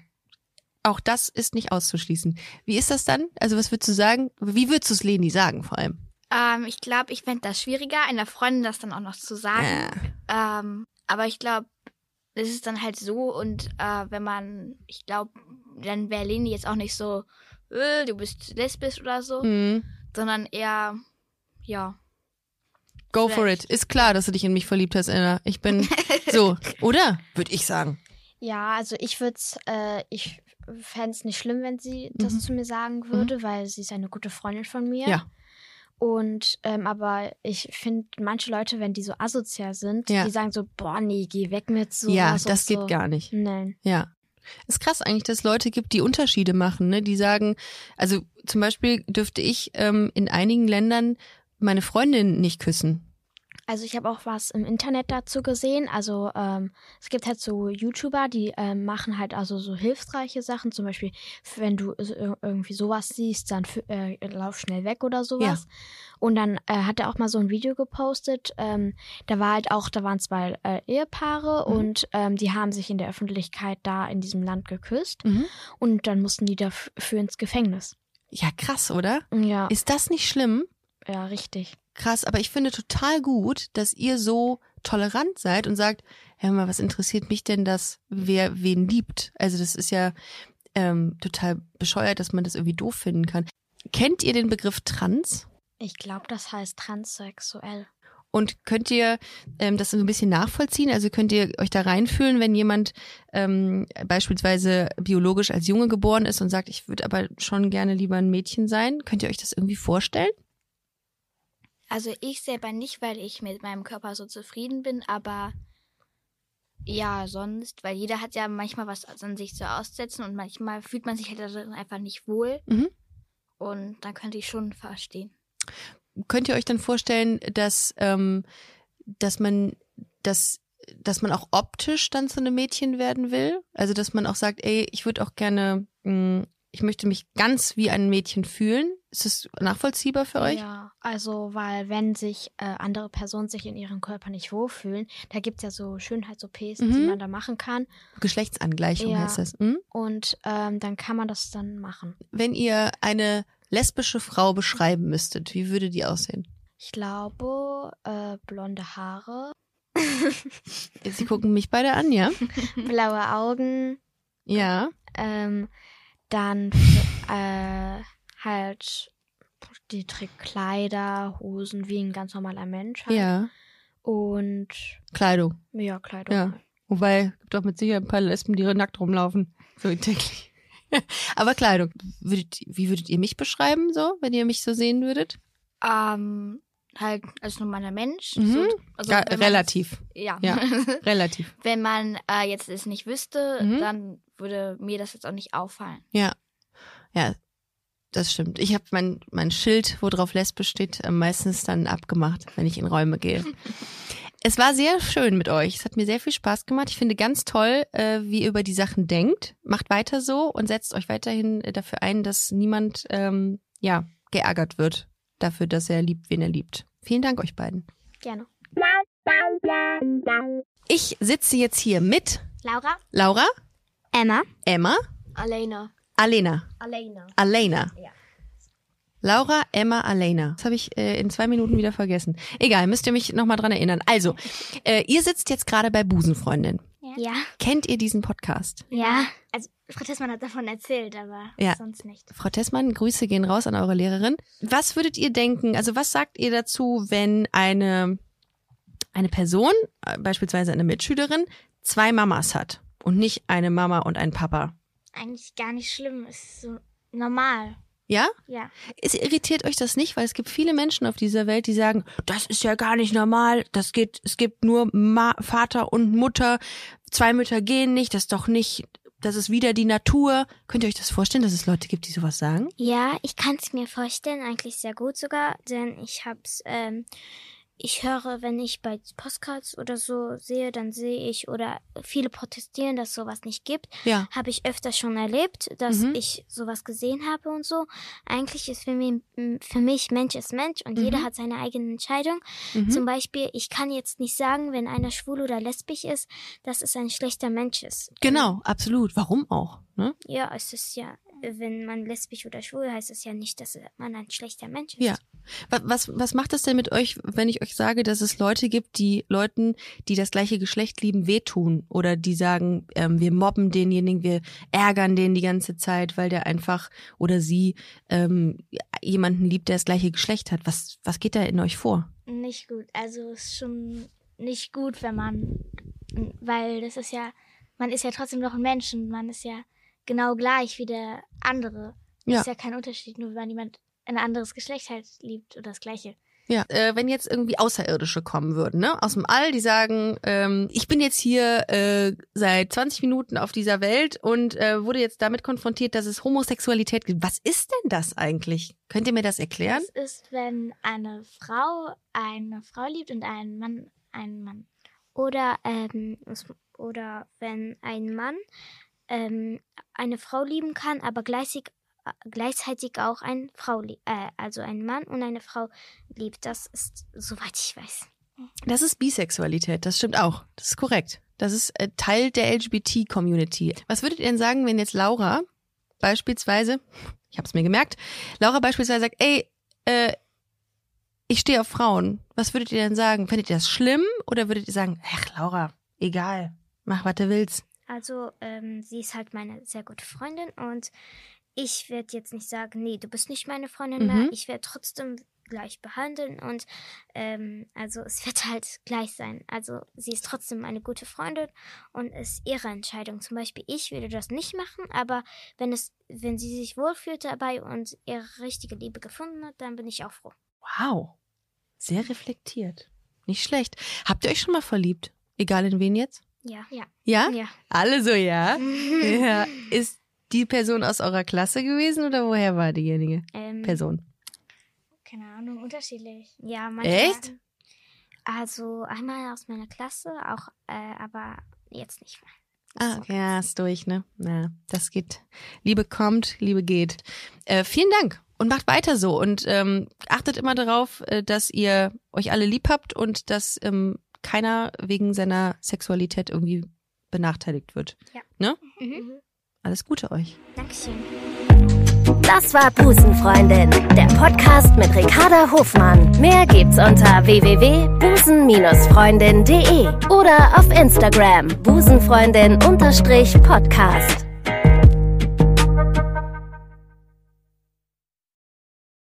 [SPEAKER 1] auch das ist nicht auszuschließen. Wie ist das dann? Also was würdest du sagen? Wie würdest du es Leni sagen vor allem?
[SPEAKER 3] Ähm, ich glaube, ich fände das schwieriger, einer Freundin das dann auch noch zu sagen. Ähm, aber ich glaube, es ist dann halt so und äh, wenn man, ich glaube, dann wäre Leni jetzt auch nicht so, äh, du bist lesbisch oder so,
[SPEAKER 1] Mhm.
[SPEAKER 3] sondern eher, ja.
[SPEAKER 1] Go for it.
[SPEAKER 3] Vielleicht.
[SPEAKER 1] Ist klar, dass du dich in mich verliebt hast, Emma. Ich bin so, oder? Würde ich sagen.
[SPEAKER 6] Ja, also ich würde es, äh, ich fände es nicht schlimm, wenn sie das
[SPEAKER 1] Mhm.
[SPEAKER 6] zu mir sagen würde, weil sie ist eine gute Freundin von mir.
[SPEAKER 1] Ja.
[SPEAKER 6] Und ähm, aber ich finde, manche Leute, wenn die so asozial sind,
[SPEAKER 1] Ja.
[SPEAKER 6] die sagen so, boah, nee, geh weg mit so.
[SPEAKER 1] ja, das geht
[SPEAKER 6] so.
[SPEAKER 1] gar nicht.
[SPEAKER 6] Nein.
[SPEAKER 1] Ja. Ist krass eigentlich, dass es Leute gibt, die Unterschiede machen, ne? Die sagen, also zum Beispiel dürfte ich ähm, in einigen Ländern meine Freundin nicht küssen.
[SPEAKER 9] Also ich habe auch was im Internet dazu gesehen. Also ähm, es gibt halt so YouTuber, die ähm, machen halt also so hilfsreiche Sachen. Zum Beispiel, wenn du ir- irgendwie sowas siehst, dann fü- äh, lauf schnell weg oder sowas. Und dann äh, hat er auch mal so ein Video gepostet. Ähm, da war halt auch, da waren zwei äh, Ehepaare
[SPEAKER 1] Mhm.
[SPEAKER 9] und ähm, die haben sich in der Öffentlichkeit da in diesem Land geküsst.
[SPEAKER 1] Mhm.
[SPEAKER 9] Und dann mussten die dafür ins Gefängnis.
[SPEAKER 1] Ja, krass, oder?
[SPEAKER 9] Ja,
[SPEAKER 1] Ist das nicht schlimm?
[SPEAKER 9] ja, richtig.
[SPEAKER 1] Krass, aber ich finde total gut, dass ihr so tolerant seid und sagt, hör mal, was interessiert mich denn das, wer wen liebt? Also das ist ja ähm, total bescheuert, dass man das irgendwie doof finden kann. Kennt ihr den Begriff Trans?
[SPEAKER 9] Ich glaube, das heißt transsexuell.
[SPEAKER 1] Und könnt ihr ähm, das so ein bisschen nachvollziehen? Also könnt ihr euch da reinfühlen, wenn jemand ähm, beispielsweise biologisch als Junge geboren ist und sagt, ich würde aber schon gerne lieber ein Mädchen sein? Könnt ihr euch das irgendwie vorstellen?
[SPEAKER 10] Also ich selber nicht, weil ich mit meinem Körper so zufrieden bin, aber ja, sonst, weil jeder hat ja manchmal was an sich zu aussetzen und manchmal fühlt man sich halt darin einfach nicht wohl.
[SPEAKER 1] Mhm.
[SPEAKER 10] Und dann könnte ich schon verstehen.
[SPEAKER 1] könnt ihr euch dann vorstellen, dass, ähm, dass man dass, dass man auch optisch dann zu einem Mädchen werden will? Also dass man auch sagt, ey, ich würde auch gerne, mh, ich möchte mich ganz wie ein Mädchen fühlen. Ist das nachvollziehbar für euch?
[SPEAKER 9] Ja, also weil wenn sich äh, andere Personen sich in ihrem Körper nicht wohlfühlen, da gibt es ja so Schönheits-OPs, die
[SPEAKER 1] Mhm.
[SPEAKER 9] man da machen kann.
[SPEAKER 1] Geschlechtsangleichung
[SPEAKER 9] Ja.
[SPEAKER 1] heißt das. Hm?
[SPEAKER 9] Und ähm, dann kann man das dann machen.
[SPEAKER 1] Wenn ihr eine lesbische Frau beschreiben müsstet, wie würde die aussehen?
[SPEAKER 9] Ich glaube, äh, blonde Haare,
[SPEAKER 1] Sie gucken mich beide an, ja?
[SPEAKER 9] blaue Augen,
[SPEAKER 1] Ja.
[SPEAKER 9] ähm, dann f- äh, halt, die trägt Kleider, Hosen, wie ein ganz normaler Mensch halt.
[SPEAKER 1] Ja.
[SPEAKER 9] Und
[SPEAKER 1] Kleidung.
[SPEAKER 9] ja, Kleidung.
[SPEAKER 1] Ja. Wobei, gibt doch mit Sicherheit ein paar Lesben, die nackt rumlaufen. So täglich. Aber Kleidung. Würdet, wie würdet ihr mich beschreiben, so, wenn ihr mich so sehen würdet?
[SPEAKER 10] Ähm, halt als normaler Mensch.
[SPEAKER 1] Mhm.
[SPEAKER 10] So, also
[SPEAKER 1] ja,
[SPEAKER 10] wenn man-
[SPEAKER 1] relativ.
[SPEAKER 10] Ja.
[SPEAKER 1] Ja. Relativ.
[SPEAKER 10] wenn man äh, jetzt es nicht wüsste,
[SPEAKER 1] Mhm.
[SPEAKER 10] dann würde mir das jetzt auch nicht auffallen.
[SPEAKER 1] Ja. Ja, das stimmt. Ich habe mein, mein Schild, wo drauf lesbisch steht, äh, meistens dann abgemacht, wenn ich in Räume gehe. es war sehr schön mit euch. Es hat mir sehr viel Spaß gemacht. Ich finde ganz toll, äh, wie ihr über die Sachen denkt. Macht weiter so und setzt euch weiterhin äh, dafür ein, dass niemand ähm, ja, geärgert wird dafür, dass er liebt, wen er liebt. Vielen Dank euch beiden.
[SPEAKER 9] Gerne.
[SPEAKER 1] Ich sitze jetzt hier mit
[SPEAKER 6] Laura?
[SPEAKER 1] Laura,
[SPEAKER 6] Emma?
[SPEAKER 1] Emma,
[SPEAKER 6] Alena.
[SPEAKER 1] Alena.
[SPEAKER 6] Alena.
[SPEAKER 1] Alena.
[SPEAKER 6] Ja.
[SPEAKER 1] Laura, Emma, Alena. Das habe ich äh, in zwei Minuten wieder vergessen. Egal, müsst ihr mich nochmal dran erinnern. Also, äh, ihr sitzt jetzt gerade bei Busenfreundin.
[SPEAKER 6] Ja.
[SPEAKER 1] Kennt ihr diesen Podcast?
[SPEAKER 6] Ja. Also, Frau Tessmann hat davon erzählt, aber
[SPEAKER 1] Ja.
[SPEAKER 6] sonst nicht.
[SPEAKER 1] Frau Tessmann, Grüße gehen raus an eure Lehrerin. Was würdet ihr denken, also was sagt ihr dazu, wenn eine, eine Person, äh, beispielsweise eine Mitschülerin, zwei Mamas hat und nicht eine Mama und ein Papa?
[SPEAKER 6] Eigentlich gar nicht schlimm, ist so normal.
[SPEAKER 1] Ja?
[SPEAKER 6] Ja.
[SPEAKER 1] Es irritiert euch das nicht, weil es gibt viele Menschen auf dieser Welt, die sagen, das ist ja gar nicht normal, das geht, es gibt nur Ma Vater und Mutter, zwei Mütter gehen nicht, das ist doch nicht, das ist wieder die Natur. Könnt ihr euch das vorstellen, dass es Leute gibt, die sowas sagen?
[SPEAKER 6] Ja, ich kann es mir vorstellen, eigentlich sehr gut sogar, denn ich hab's, ähm, ich höre, wenn ich bei Postcards oder so sehe, dann sehe ich, oder viele protestieren, dass sowas nicht gibt.
[SPEAKER 1] Ja.
[SPEAKER 6] Habe ich öfter schon erlebt, dass
[SPEAKER 1] Mhm.
[SPEAKER 6] ich sowas gesehen habe und so. Eigentlich ist für mich, für mich Mensch ist Mensch und jeder hat seine eigene Entscheidung. Zum
[SPEAKER 1] Mhm.
[SPEAKER 6] Beispiel, ich kann jetzt nicht sagen, wenn einer schwul oder lesbisch ist, dass es ein schlechter Mensch ist.
[SPEAKER 1] Genau, absolut. Warum auch? Ne?
[SPEAKER 6] Ja, es ist ja, wenn man lesbisch oder schwul, heißt es ja nicht, dass man ein schlechter Mensch ist.
[SPEAKER 1] Ja. Wa- Was, was macht das denn mit euch, wenn ich euch sage, dass es Leute gibt, die Leuten, die das gleiche Geschlecht lieben, wehtun? Oder die sagen, ähm, wir mobben denjenigen, wir ärgern den die ganze Zeit, weil der einfach oder sie ähm, jemanden liebt, der das gleiche Geschlecht hat. Was, was geht da in euch vor?
[SPEAKER 6] Nicht gut. Also ist schon nicht gut, wenn man, weil das ist ja, man ist ja trotzdem noch ein Mensch und man ist ja genau gleich wie der andere.
[SPEAKER 1] Ja.
[SPEAKER 6] Ist ja kein Unterschied, nur weil jemand ein anderes Geschlecht halt liebt oder das gleiche.
[SPEAKER 1] Ja, äh, wenn jetzt irgendwie Außerirdische kommen würden, ne, aus dem All, die sagen, ähm, ich bin jetzt hier äh, seit 20 Minuten auf dieser Welt und äh, wurde jetzt damit konfrontiert, dass es Homosexualität gibt. Was ist denn das eigentlich? Könnt ihr mir das erklären?
[SPEAKER 6] Das ist, wenn eine Frau eine Frau liebt und ein Mann einen Mann. Oder, ähm, es- oder wenn ein Mann ähm, eine Frau lieben kann, aber gleichzeitig, gleichzeitig auch eine Frau, lie- äh, also ein Mann und eine Frau liebt. Das ist, soweit ich weiß.
[SPEAKER 1] Das ist Bisexualität, das stimmt auch. Das ist korrekt. Das ist äh, Teil der LGBT-Community. Was würdet ihr denn sagen, wenn jetzt Laura beispielsweise, ich habe es mir gemerkt, Laura beispielsweise sagt, ey, äh, ich stehe auf Frauen. Was würdet ihr denn sagen? Findet ihr das schlimm oder würdet ihr sagen, ach Laura, egal, mach was du willst.
[SPEAKER 6] Also, ähm, sie ist halt meine sehr gute Freundin und ich werde jetzt nicht sagen, nee, du bist nicht meine
[SPEAKER 1] Mhm.
[SPEAKER 6] Freundin mehr. Ich werde trotzdem gleich behandeln und ähm, also es wird halt gleich sein. Also sie ist trotzdem meine gute Freundin und ist ihre Entscheidung. Zum Beispiel ich würde das nicht machen, aber wenn es, wenn sie sich wohlfühlt dabei und ihre richtige Liebe gefunden hat, dann bin ich auch froh.
[SPEAKER 1] Wow, sehr reflektiert. Nicht schlecht. Habt ihr euch schon mal verliebt? Egal in wen jetzt?
[SPEAKER 6] Ja. Ja.
[SPEAKER 1] Ja?
[SPEAKER 6] Ja.
[SPEAKER 1] Alle so ja? Ja. Ist die Person aus eurer Klasse gewesen oder woher war diejenige
[SPEAKER 6] Ähm,
[SPEAKER 1] Person?
[SPEAKER 6] Keine Ahnung, unterschiedlich. Ja, manchmal.
[SPEAKER 1] Echt?
[SPEAKER 6] Also einmal aus meiner Klasse, auch, äh, aber jetzt nicht mehr.
[SPEAKER 1] Ah, okay, ja, ist durch, ne? Na, das geht. Liebe kommt, Liebe geht. Äh, vielen Dank und macht weiter so und ähm, achtet immer darauf, äh, dass ihr euch alle lieb habt und dass ähm, keiner wegen seiner Sexualität irgendwie benachteiligt wird.
[SPEAKER 6] Ja.
[SPEAKER 1] Ne?
[SPEAKER 6] Mhm.
[SPEAKER 1] Alles Gute euch.
[SPEAKER 6] Dankeschön.
[SPEAKER 2] Das war Busenfreundin, der Podcast mit Ricarda Hofmann. Mehr gibt's unter www.busen-freundin.de oder auf Instagram busenfreundin-podcast.